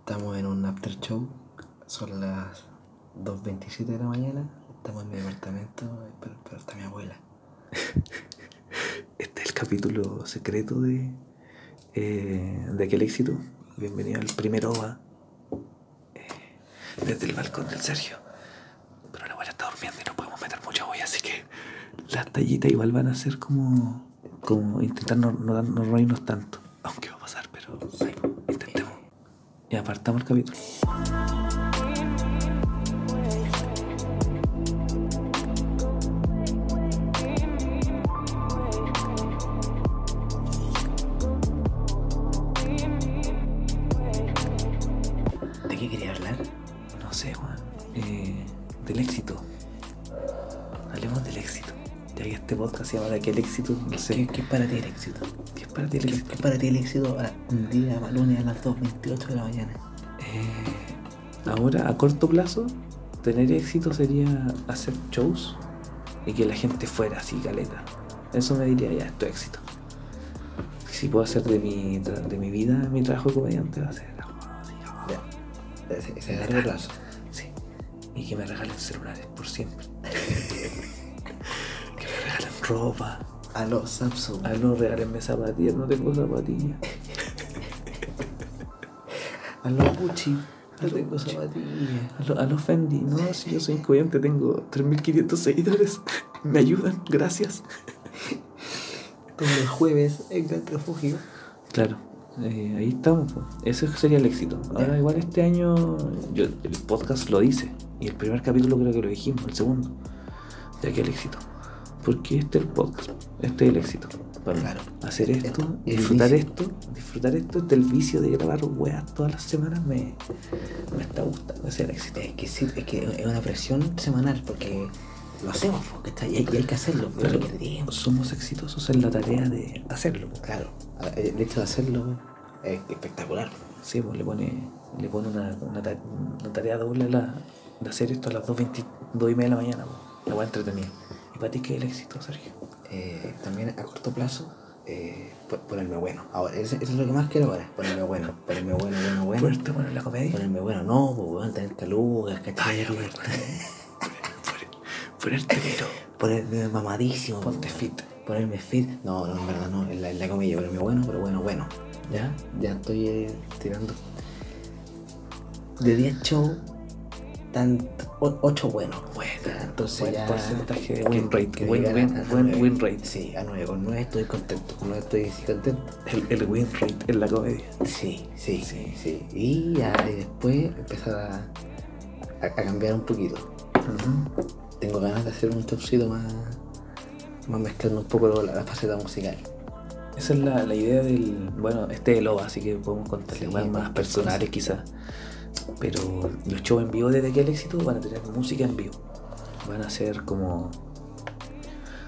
Estamos en un after show. Son las 2.27 de la mañana. Estamos en mi departamento, pero, pero está mi abuela. Este es el capítulo secreto de, eh, de aquel éxito. Bienvenido al primer OVA eh, desde el balcón del Sergio. Pero la abuela está durmiendo y no podemos meter mucha olla, así que las tallitas igual van a ser como, como intentar no, no, dar- no reírnos tanto. Aunque va a pasar, pero intentemos. Y apartamos el capítulo. ¿De qué quería hablar? No sé, Juan. Eh, del éxito. Hablemos del éxito. Ya que este podcast se llama de aquel éxito, no ¿Qué, sé. qué es para ti el éxito? ¿Qué es para ti el ¿Qué, éxito? qué es para ti el éxito a- un día, a lunes a las 2.28 de la mañana? Eh, ahora, a corto plazo, tener éxito sería hacer shows y que la gente fuera así, caleta. Eso me diría ya, esto es éxito. Si puedo hacer de mi, tra- de mi vida mi trabajo de comediante, va a ser algo así, ah, Ya. Ese ese es a largo plazo. sí. Y que me regalen celulares por siempre. que me regalen ropa. A los Samsung. Ah, no, regálenme zapatillas, no tengo zapatillas. A los Gucci. A No los tengo Gucci. zapatillas. A, lo- a los Fendi, no, si yo soy incluyente, tengo 3.500 seguidores. Me ayudan, gracias. Todos los jueves en Gran Refugio. Claro, eh, ahí estamos. po. Ese sería el éxito. Ahora, igual este año, yo- el podcast lo dice. Y el primer capítulo creo que lo dijimos, el segundo. De aquí el éxito. Porque este es el podcast, este es el éxito. para mí. Claro. Hacer esto, Esto es disfrutar vicio. esto, disfrutar esto, del vicio de grabar weas todas las semanas me, me está gustando, ese es el éxito. Es que sí, es que es una presión semanal porque lo hacemos, porque está, y, hay, y hay que hacerlo, pero Claro. requiere tiempo. somos exitosos en la tarea de hacerlo. po. Claro, eh, el hecho de hacerlo es espectacular. Sí, pues le pone, le pone una, una ta- una tarea doble a la, de hacer esto a las 2.22 y media de la mañana. pues. La voy a entretener. ¿Y para ti qué es el éxito, Sergio? Eh, también a corto plazo, eh, po- ponerme bueno. Ahora, eso, eso es lo que más quiero ahora, ponerme bueno, ponerme bueno, bueno, bueno. ¿Fuerte bueno en la comedia? Ponerme bueno, no, pues weón, tener calugas, Ay, ¿cachai? amor. Ponerte pero. ponerme mamadísimo. Ponte weón. fit. Ponerme fit. No, no, en verdad no, en la, en la comida, ponerme bueno, pero bueno, bueno. ¿Ya? Ya estoy eh, tirando. De 10 shows, tan 8 buenos. Bueno, Ya, entonces buen ya- porcentaje de que- win rate. que win, llegar win, a- a win, nueve. win rate. Sí, a 9. Con 9 estoy contento. Con 9 estoy sí, contento. El, el win rate en la comedia. Sí, sí, Sí. sí. Y ya y después empezar a, a, a cambiar un poquito. Ujú. Tengo ganas de hacer un showcito más. Más mezclando un poco la, la faceta musical. Esa es la, la idea del. Bueno, este es el OVA, así que podemos Sí, contarle weas más cualquier personales quizás. Pero los shows en vivo desde aquí al éxito van a tener música en vivo. Van a ser como.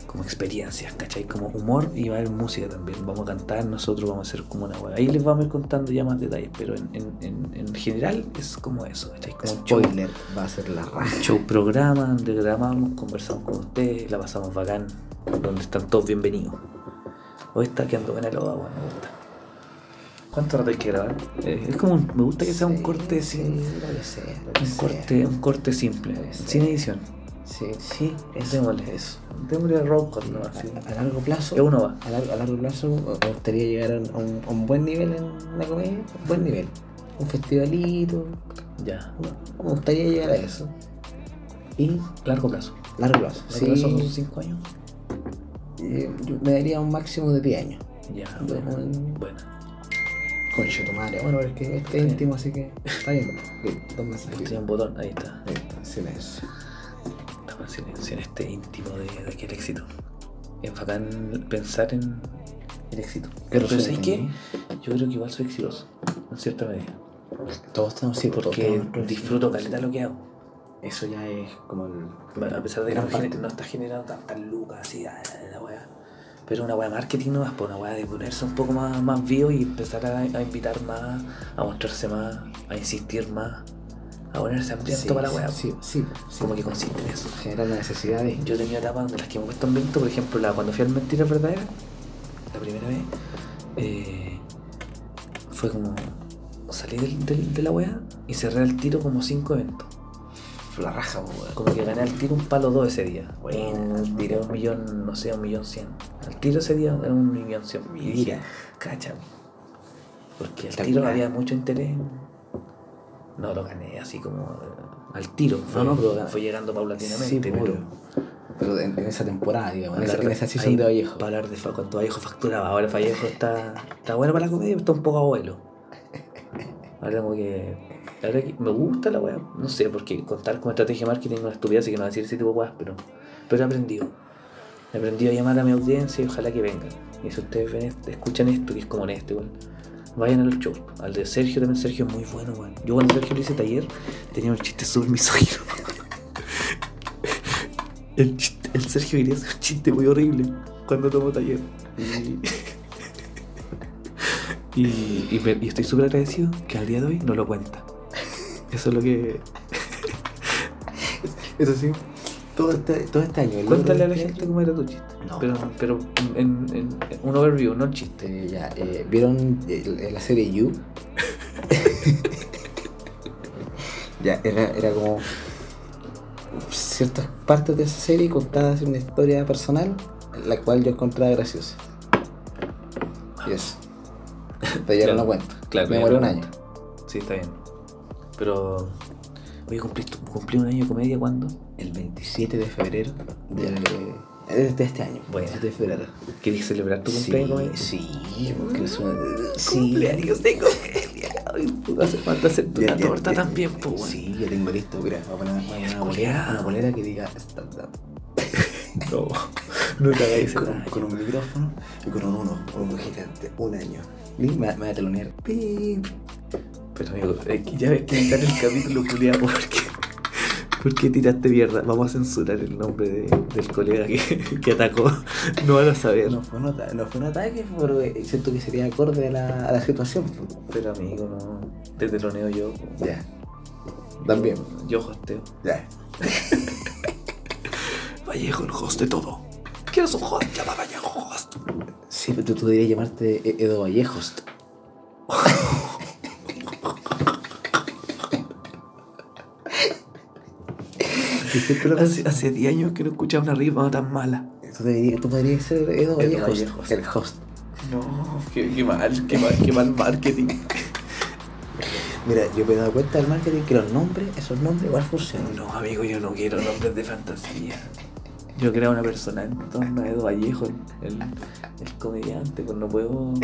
como experiencias, ¿cachai? Como humor y va a haber música también. Vamos a cantar nosotros, vamos a hacer como una wea. Ahí les vamos a ir contando ya más detalles, pero en, en- en- en general es como eso, ¿cachai? Como un show, Spoiler va a ser la raja. un show programa donde grabamos, conversamos con ustedes, la pasamos bacán, donde están todos bienvenidos. Hoy está quedando buena el OVA, bueno, me gusta. ¿Cuánto rato hay que grabar? Eh, es como, un- me gusta que sea un Sí, corte sí, sin, lo que sea, lo que un sea. corte, un corte simple, Sí. sin edición. Sí, sí, eso. Démosle eso. Démosle roll call A, nomás. sí. a- a largo plazo. Es uno va. A largo, a largo plazo me gustaría llegar a un, a un- a un buen nivel en la comedia, un buen nivel. Un festivalito, Ya. me gustaría llegar a eso. Y Largo plazo. largo plazo. Largo Sí, plazo son 5 años. eh, yo me daría un máximo de 10 años. Ya, Bueno. buena. buena. Concha tu madre. Bueno, pero es que este es Sí. íntimo, así que está bien. Sí, Dos meses. Tiene un botón, ahí está. Ahí está, silencio. Estamos en silencio en este íntimo de, de aquel éxito. Es bacán pensar en el éxito. Pero resulta, ¿sabes qué? ¿no? Yo creo que igual soy exitoso, en cierta medida. Todos tenemos, sí, todos Porque tenemos nuestro- disfruto caleta lo que hago. Eso ya es como el. Bueno, a pesar de que no, Gran parte. gener- no está generando tantas lucas así, ah, la weá. Pero una weá de marketing no por una weá de ponerse un poco más, más vivo y empezar a, a invitar más, a mostrarse más, a insistir más, a ponerse hambriento para la weá. pues. Sí, sí. sí. Como que consiste en eso. generar la necesidad de. Yo tenía etapas donde las que me puesto hambriento, por ejemplo, la, cuando fui al Mentiras Verdaderas, la primera vez, eh, fue como salí del- del- de la weá y cerré al tiro como cinco eventos. La raja, po, weón. Como que gané al tiro un palo dos ese día. Buena. Al tiro un millón, no sé, un millón cien. Al tiro ese día gané un millón cien. Y dije, cacha. Porque al tiro Espectacular. había mucho interés. No lo gané así como eh, al tiro. Fue, No, no, fue- fue llegando Sí, paulatinamente. po, pero weón. Pero en, en esa temporada, digamos, en esa, Hablar en esa season ahí, de Vallejo. Para hablar de fa- cuánto Vallejo facturaba. Ahora Vallejo está, está bueno para la comedia, pero está un poco abuelo. Ahora como que... ahora que me gusta la weá. No sé, porque contar con estrategia de marketing es una estupidez y que no decir ese tipo de weas, pero, pero he aprendido. He aprendido a llamar a mi audiencia y ojalá que vengan. Y si ustedes ven este- escuchan esto, que es como en este, weón. Vayan al show. Al de Sergio también, Sergio es muy bueno, weón. Yo cuando Sergio lo hice taller, tenía un chiste súper misógino. El, chiste- el Sergio quería hacer un chiste muy horrible cuando tomó taller. Y, y- y me- y estoy súper agradecido que al día de hoy no lo cuenta. Eso es lo que. Eso sí, todo este, todo este año. el Cuéntale a otro la este gente año, cómo era tu chiste. No. Pero, pero en, en- en un overview, no el chiste. eh, ya, eh, ¿Vieron el- el- la serie You? ya, era, era como ciertas partes de esa serie contadas en una historia personal, la cual yo encontraba graciosa. Y eso. Pero ya no Claro, lo cuento. claro, Me ya muero no un lo año. Sí, está bien. Pero. Oye, cumplí, tu- cumplí un año de comedia cuando. El 27 de febrero del- eh, de este año. Bueno. 27 de febrero. ¿Querés celebrar tu Sí, cumpleaños de comedia? sí, porque es una... sí. Cumpleaños de comedia. Ay, puta, hace falta hacer Ya, una ya, torta ya, también, pues, ya, po, weón. Sí, ya tengo listo, mira, voy a poner voy a poner una Culeado. bolera, una bolera que diga stand up. No, no te hagáis ese Con, un- daño. con un micrófono y con un uno, un uno gigante, un año. Y me, me va a telonear. Pip. Pero amigo, eh, ya ves que editar el capítulo culiado porque. ¿Por qué tiraste mierda? Vamos a censurar el nombre de- del colega que, que atacó. No van a saber. No fue, un ata- no fue un ataque, pero eh, siento que sería acorde a la, a la situación. po. Pero amigo, no. Te teloneo yo. Ya. También. Yo hosteo. Ya. Vallejo, el host de todo. ¿Quieres un host? Llama Vallejo host. Sí, pero tú, tú deberías llamarte E- Edo Vallejos. Y siempre lo- Hace, hace 10 años que no escuchaba una rima tan mala. Tú, deberías, tú podrías ser Edo Vallejos, Vallejos. el host. No, qué, qué mal, qué mal, qué mal marketing. Mira, yo me he dado cuenta del marketing que los nombres, esos nombres igual funcionan. No, amigo, yo no quiero nombres de fantasía. Yo creo una persona en torno a Edo Vallejo, el, el- el comediante, pues no puedo.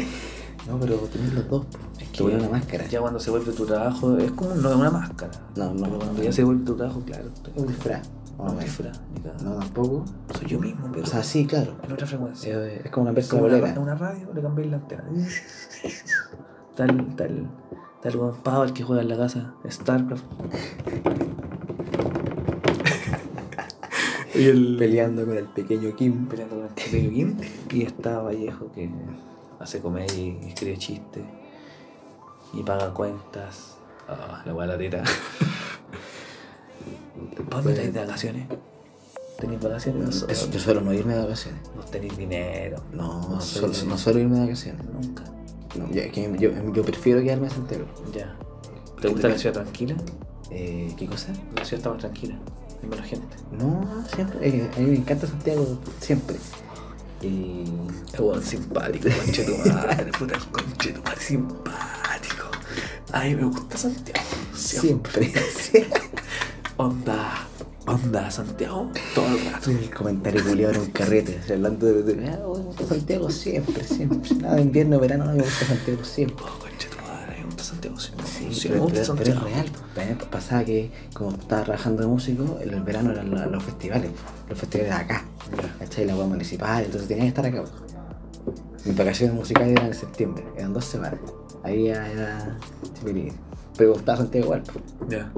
No, pero tenés los dos. po. Es Te ponen una máscara. Ya cuando se vuelve tu trabajo, es como no es una máscara. No, no, Pero cuando no. ya se vuelve tu trabajo, claro. Un disfraz. No me No, disfraz, ni nada. no, tampoco. Soy yo mismo, pero O sea, sí, claro. en otra frecuencia. Eh, Es como una Es persona como una, ra- bolera. una radio, le cambié la antena. Tal, tal, tal Juan Pablo, el que juega en la casa, StarCraft. y el Peleando con el pequeño Kim. peleando con este Pepe Guillén. Y está Vallejo que hace comedia y escribe chistes. Y paga cuentas. Ah, la gualatera. ¿Para dónde estáis de vacaciones? ¿Tenéis vacaciones? No, Eso, solo- yo suelo no irme de vacaciones. no tenéis dinero. No, No no suelo, sé, no sí. suelo irme de vacaciones. Nunca. No, yo, es que yo, yo prefiero quedarme en Santiago. Ya. ¿Te ¿Qué gusta la te- ciudad tranquila? Eh, ¿Qué cosa? La ciudad está más tranquila. Hay menos gente. No, siempre. eh, a mí me encanta Santiago, siempre. Y. Es un oh, simpático, conche tu madre, puta conche tu madre, simpático. Ay, me gusta Santiago. Siempre. Onda, onda, Santiago, todo el rato. el comentario culiado era un carrete, así, hablando de. de, ah, me gusta Santiago siempre, siempre. Nada, de invierno, verano, no me gusta Santiago siempre. Oh, conche tu madre, me gusta Santiago, sí, Sí, sí, me pero, gusta pero- pero es Santiago. real. pues, eh, Pasaba que, como estaba trabajando de músico, en el verano eran la- los festivales, pues, los festivales de acá, Ya. ¿cachai? La hueá municipal, entonces tenía que estar acá. pues. Mis vacaciones musicales eran en septiembre, eran dos semanas. Ahí ya era. chiquilín. Pero gustaba Santiago igual. pues. Ya.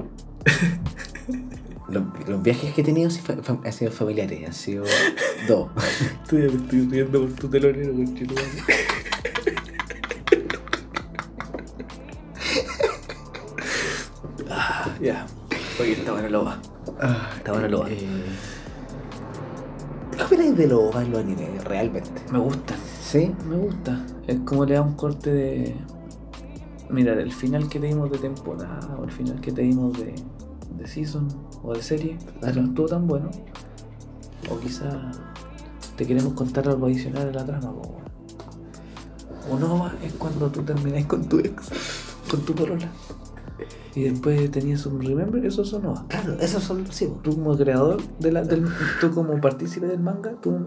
Los, los viajes que he tenido sí fa- fa- han sido familiares, han sido dos. Estoy, me estoy riendo por tu telonero, conche tu madre. Ah, ya. Oye, está bueno, loba. Está bueno, loba. Eh, ¿Qué opináis de los en los animes realmente? Me gusta. ¿Sí? Me gusta. Es como le da un corte de. Mira, el final que te dimos de temporada o el final que te dimos de, de season o de serie Claro. no estuvo tan bueno. O quizá te queremos contar algo adicional a la trama. po, weón. O no va es cuando tú terminás con tu ex, con tu polola. Y después tenías un remember, eso son OVA. Claro, esos son sí, po. Tú como creador, de la, del, tú como partícipe del manga, tú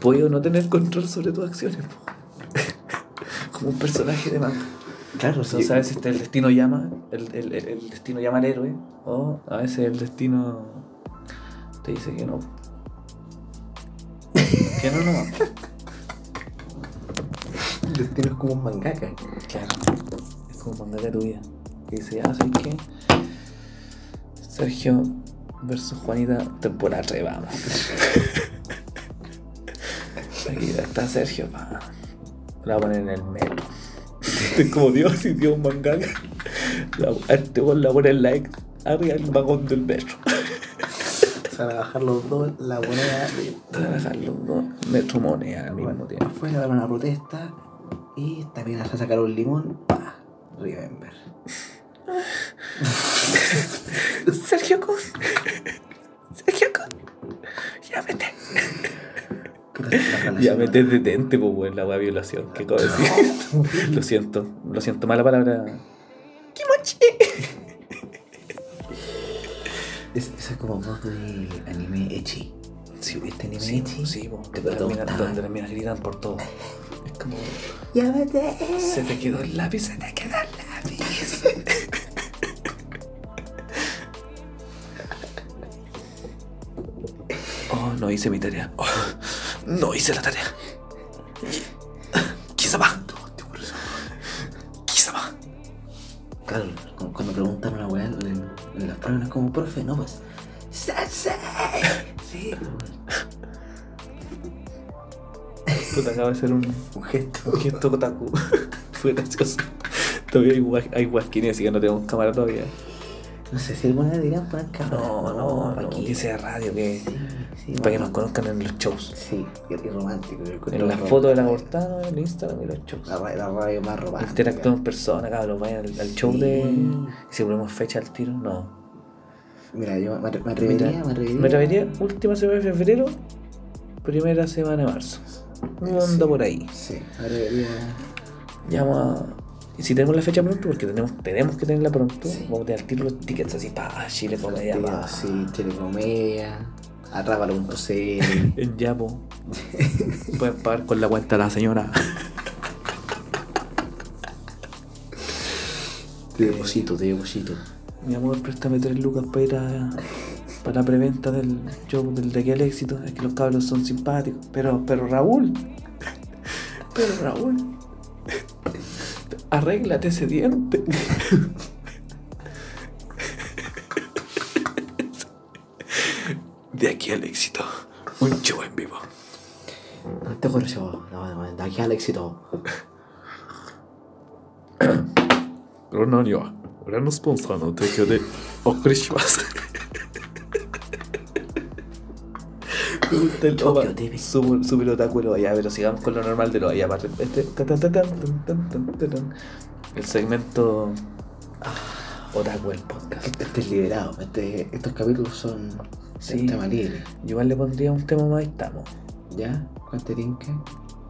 puedo no tener control sobre tus acciones. po. como un personaje de manga. Claro, No sí. sabes si este, el destino llama, el, el- el- el destino llama al héroe, o a veces el destino te dice que no. que no, no. El destino es como un mangaka. Claro. Es como mandar a tu vida. Y dice, ah, ¿sabes qué? Sergio versus Juanita, temporada 3, vamos. Aquí está Sergio, vamos. La voy a poner en el melo. Es como Dios y Dios mangaka. La, a este weón la pone en like arriba el vagón del metro. Se van a bajar los dos la moneda. Te van a dejar los dos metro moneda al mismo tiempo. Fue a dar una protesta y también vas a sacar un limón. Ah, Pa, remember. Sergio Kun. Sergio Kun. Ya vete. Puta, la relación- Ya metes detente, pues, weón, la weá violación. ¿Qué acabo de decir? lo siento, lo siento, mala palabra. ¡Kimochi! Es, esa es como voz de anime echi. Si viste anime Sí, echi. sí, po, te donde las minas- preguntaba. donde las minas gritan por todo. Es como. Ya vete. Se te quedó el lápiz, se te quedó el lápiz. Oh, no hice mi tarea. Oh, no hice la tarea. Quizá va. Quizá va. Claro, como cuando preguntan a una weá en, en las pruebas, no es como profe, no pues. ¡Sensei! Sí, weón. Esto te acaba de ser un. un gesto. Un gesto otaku. Fue gracioso. Todavía hay, gua- hay guasquines, así que no tenemos cámara todavía. No sé si alguna vez dirán poner cámara. aquí. Que sea radio, que. Sí, sí, Para que bueno. nos conozcan en los shows. Sí, y, y romántico. yo encuentro En las rom- fotos de la portada, en el Instagram y los shows. La, ra- la radio más romántica. Interactúan en persona, cabrón. Vayan al, al show Sí. de. y Si ponemos fecha al tiro, no. Mira, yo me, me atrevería, Mira, me atrevería. me atrevería última semana de febrero, primera semana de marzo. Una Sí. onda por ahí. Sí, me atrevería. Ya vamos a- Y si tenemos la fecha pronto, porque tenemos, tenemos que tenerla pronto, Sí. vamos a tener al tiro los tickets así para Chile Comedia. Tío, pa. sí, telecomedia. Atrápalo.c. En Yapo. Pueden pagar con la cuenta de la señora. Te deposito, te deposito. Mi amor, préstame tres lucas para ir a, para la preventa del show del de aquel éxito. Es que los cabros son simpáticos. Pero, pero Raúl. Pero Raúl. Arréglate ese diente. De aquí al éxito. Un show en vivo. No te acuerdas, yo. No, no, de aquí al éxito. この何は俺のスポンサーの提供でお送りします。El Tokyo Oba, TV. sube, sube el otaku el Oba, ya, pero sigamos con lo normal de lo ya, aparte, este, tan, tan, tan, tan, tan, tan, tan, tan. el segmento ah, Otaku el podcast. Este es liberado. Este, estos capítulos son. Sí. Sí. Tema libre. Yo igual le pondría un tema más y estamos. ¿Ya? ¿Cuánto tinca?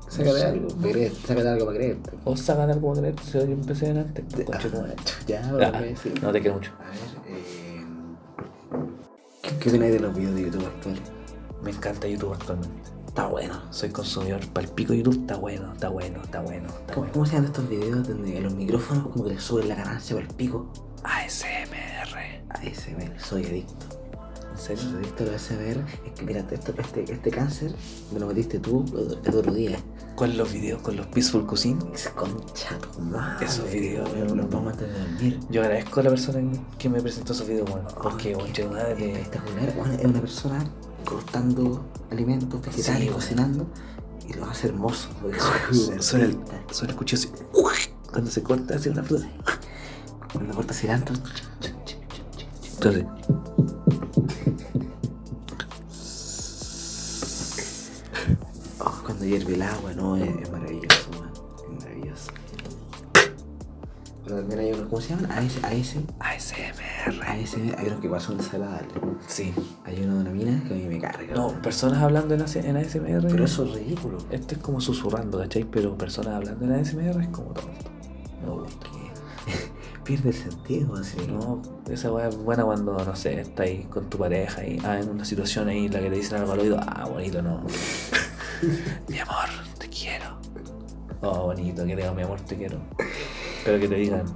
Sácate sé. algo. para creer, Sácate algo para creerte. O sacan algo de esto, si yo empecé delante. conchetumare. Ya, Ah, volví a decir. no te quiero mucho. A ver, eh, ¿qué, ¿qué opináis de los videos de YouTube actuales? Me encanta YouTube actualmente. Está bueno. Soy consumidor palpico de YouTube, está bueno, está bueno, está bueno, está ¿Cómo, bueno. cómo se llaman estos videos donde a los micrófonos como que le suben la ganancia por el pico? ASMR. ASMR, soy adicto. ¿En Soy serio? adicto a los ASMR. Es que mira, esto- este, este cáncer me lo metiste tú el otro día. Con los videos, con los Peaceful Cuisine. Es concha tu madre. Esos videos, weón, weón. Nos vamos a tener que dormir. Yo agradezco a la persona que me presentó esos videos, weón. Porque, weón, che, madre. Espectacular. Bueno, es una persona cortando alimentos vegetales, Sí, weón. cocinando. Y lo hace hermoso. porque su- soy Suena el, artista. suena el cuchillo así. Cuando se corta, hace una fruta. Cuando corta cilantro. Entonces. Oh, cuando hierve el agua, no, es, es maravilloso, man. Es maravilloso. también hay unos, ¿cómo se llaman? AS, AS, ASMR. ASMR, hay unos que igual son desagradables. Sí. Hay uno de una mina que a mí me carga. No, personas hablando en, AS en ASMR. pero eso es ridículo. Esto este es como susurrando, ¿cachai? Pero personas hablando en ASMR es como todo. No me gusta. Pierde el sentido, así, ¿no? No, esa weá es buena cuando, no sé, está ahí con tu pareja y ah, en una situación ahí en la que te dicen algo al oído, ah, bonito, no. mi amor, te quiero. Oh, bonito, que diga mi amor, te quiero. Pero que te digan,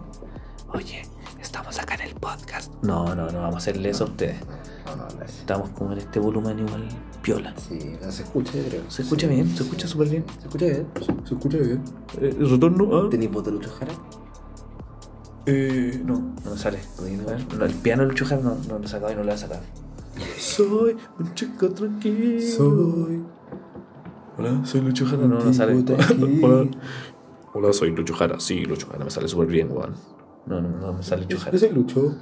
oye, estamos acá en el podcast. No, no, no, vamos a hacerle eso a ustedes. No, no, gracias. Estamos como en este volumen igual, piola. Sí, no se escucha, yo creo. Se escucha bien, se escucha súper bien. Se escucha bien, se- se escucha bien. Eh, ¿Retorno? ah. ¿Tenéis voz de Lucho Jara? Eh, no, no me sale. Oye, A ver, no, el piano del Chujar no, no lo he sacado y no lo voy a sacar. Soy un chico tranquilo. Soy. Hola, soy Lucho Jara. No, no Un sale. tipo tranquilo. Hola. Hola, soy Lucho Jara. Sí, Lucho Jara me sale súper bien, weón. No, no, no me sale Lucho Jara. soy Lucho.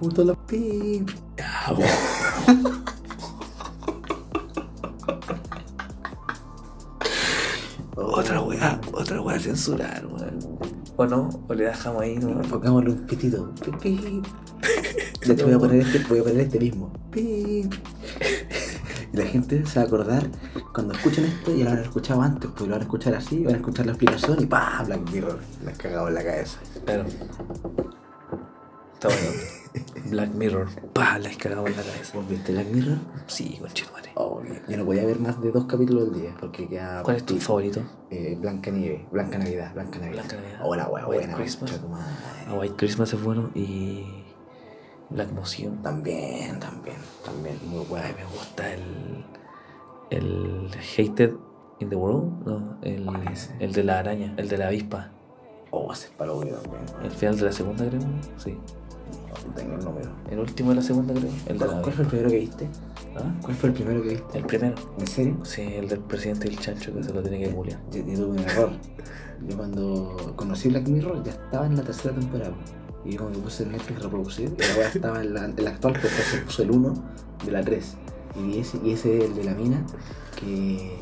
Puto la pip. Ah, weón. Otra weá, otra weá censurar, weón. O no, o le dejamos ahí, no. Pongámosle un pitito. Pip, pip. De hecho, voy a poner este, voy a poner este mismo. Pip. Y la gente se va a acordar cuando escuchen esto y lo han escuchado antes, pues lo van a escuchar así, van a escuchar la explicación y ¡pah! Black Mirror. La han cagado en la cabeza. Claro. Está bueno. Black Mirror. Pa, la he cagado en la cabeza. ¿Vos viste Black Mirror? Sí, conchetumare. Oh, bien. yo no podía ver más de dos capítulos al día porque quedaba. ¿Cuál es tu favorito? Eh, Blanca Nieve, Blanca Navidad, Blanca Navidad. Blanca Navidad. Hola, wea, White buena, wea, Christmas. concha tu madre. A White Christmas es bueno y. Black Museum. También, también, también, muy Ay, buena. me gusta el. El Hated in the World. No, el, ¿Cuál es ese? el de la araña, el de la avispa. Oh, ese es para obvio también. El final de la segunda, creo. Sí. No tengo el número. El último de la segunda, creo. El de la ¿Cuál, cuál avispa. fue el primero que viste? ¿Ah? ¿Cuál fue el primero que viste? El primero. ¿En serio? Sí, el del presidente y el chancho que se lo tiene que culiar. Yo, yo tuve un error. Yo cuando conocí Black Mirror ya estaba en la tercera temporada. Y yo como que puse el Netflix reproducir, y la wea estaba en la, en la actual, pues entonces puse el 1 de la 3. Y vi ese, y ese el de la mina que,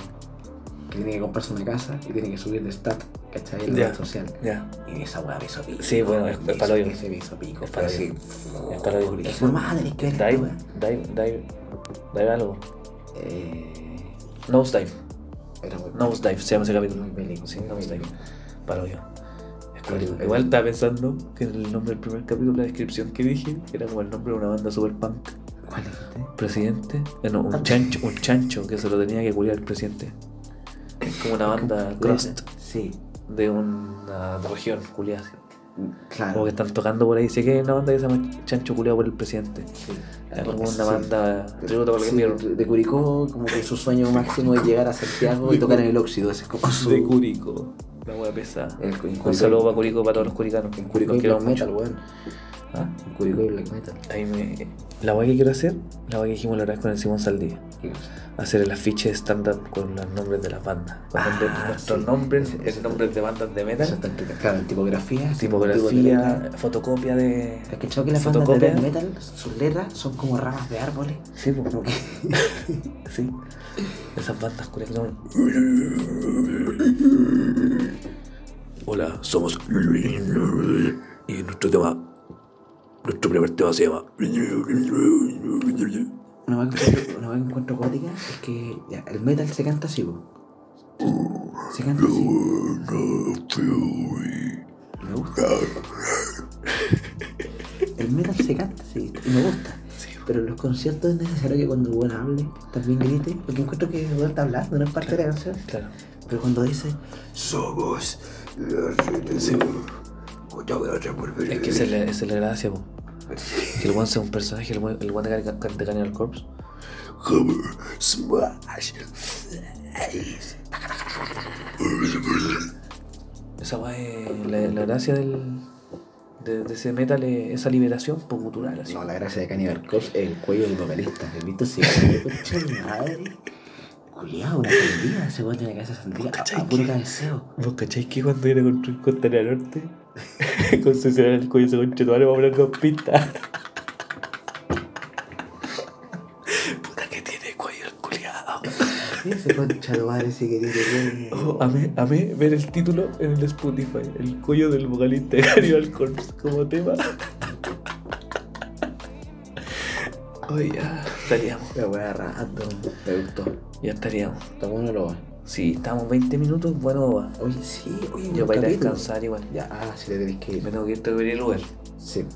que tiene que comprarse una casa y tiene que subir de stat, ¿cachai? En la Ya. red social. Ya. Y esa weá me hizo pico. Sí, bueno, es- es Me hizo- paloyo. Ese me hizo pico. Es paloyo. pero así, Es paloyo. y dije, mamá, tenés que ver esta Dive, weá. dive, dive. Dive algo. Eh, Nosedive. era muy Nosedive se llama ese capítulo. muy bélico. Sí, Nosedive. Para yo. Es Cuático. cuático. Igual estaba pensando que en el nombre del primer capítulo, la descripción que dije, era como el nombre de una banda super punk. ¿Cuál dijiste? Presidente. eh, no, un chancho, un chancho que se lo tenía que culiar el presidente. Es como una banda crust Sí, de una región culiada. así. claro. Como que están tocando por ahí. Sé que hay una banda que se llama Chancho Culiado por el presidente. Sí. Es como Ah, Sí. una banda tributo para el Sí, invierno. de Curicó, como que su sueño máximo es llegar a Santiago y tocar en el óxido. Ese es como su. De Curico. La wea pesada. el- en Curicó- Un saludo para Curico, para todos los curicanos. En Curicó Los hay quiero black metal, mucho. weón. ¿Ah? En Curicó hay black metal. Ahí me- La wea que quiero hacer, la wea que dijimos la otra vez con el Simón Saldí. ¿Qué cosa? Hacer el afiche de stand-up con los nombres de las bandas. Con Ah, nombres- nuestros sí. nombres, Ese- el ese- nombres de bandas de Eso metal, está en- Claro, en tipografía. tipo de letra. tipografía, fotocopia de. ¿Has cachado que las bandas de Fotocopia. black metal, sus letras son como ramas de árboles? Sí, po. Como que- sí. Esas bandas culias que son. Hola, somos. Y nuestro tema. Nuestro primer tema se llama. Una vez que encuentro, una weá que encuentro acuática es que ya, el metal se canta así, po. Se canta así. Y me gusta. El metal se canta así, y me gusta. Pero en los conciertos es necesario que cuando el weón hable, también grite, porque encuentro que el weón está hablando, no es parte de la canción. Claro. Pero cuando dice, somos los Es que se le, se le gracia, po. Que el one sea un personaje, el one, el one de Car- Car- de Cannibal Corpse. Esa va es la, la gracia del, de, de ese metal, es esa liberación po, cultural. Así. No, la gracia de Cannibal Corpse es el cuello del vocalista. El visto se cae, concha de madre. Culeado, una sandía. Ese weón tiene cabeza de sandía. A, a puro cabeceo. ¿Vos cacháis que cuando viene con Costa del Norte, concesionar el cuello se conchetuare va a poner dos pistas? Puta que tiene cuello el culiado. Sí, se Concha tu madre, si queréis que Oh, amé, amé ver el título en el Spotify, el cuello del vocalista de Cannibal Corpse como tema. Oye, Oh, ya estaríamos, La wea random. Me gustó. ya estaríamos. Está bueno lo va. Sí, estamos 20 minutos, bueno, va. Oye, sí, oye, Yo buen para ir a capítulo. descansar igual. Ya, ah, si le tenéis que Me ir. tengo que ir, tengo que ver el lugar. Sí.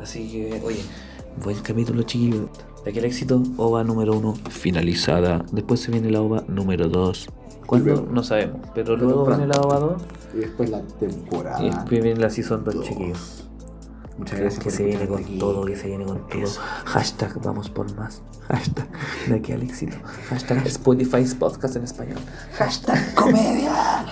Así que, oye, buen capítulo, chiquillo. De aquel éxito, OVA número uno finalizada. Después se viene la OVA número 2. ¿Cuándo? luego- No sabemos. Pero pero luego pronto. viene la OVA 2 Y después la y temporada. después viene la Season 2, dos. chiquillos. Muchas Que, gracias. que por se viene escuchar con hasta aquí. todo, que se viene con todo. Eso. Hashtag vamos por más. Hashtag de aquí al éxito. Hashtag Spotify podcast en español. Hashtag comedia.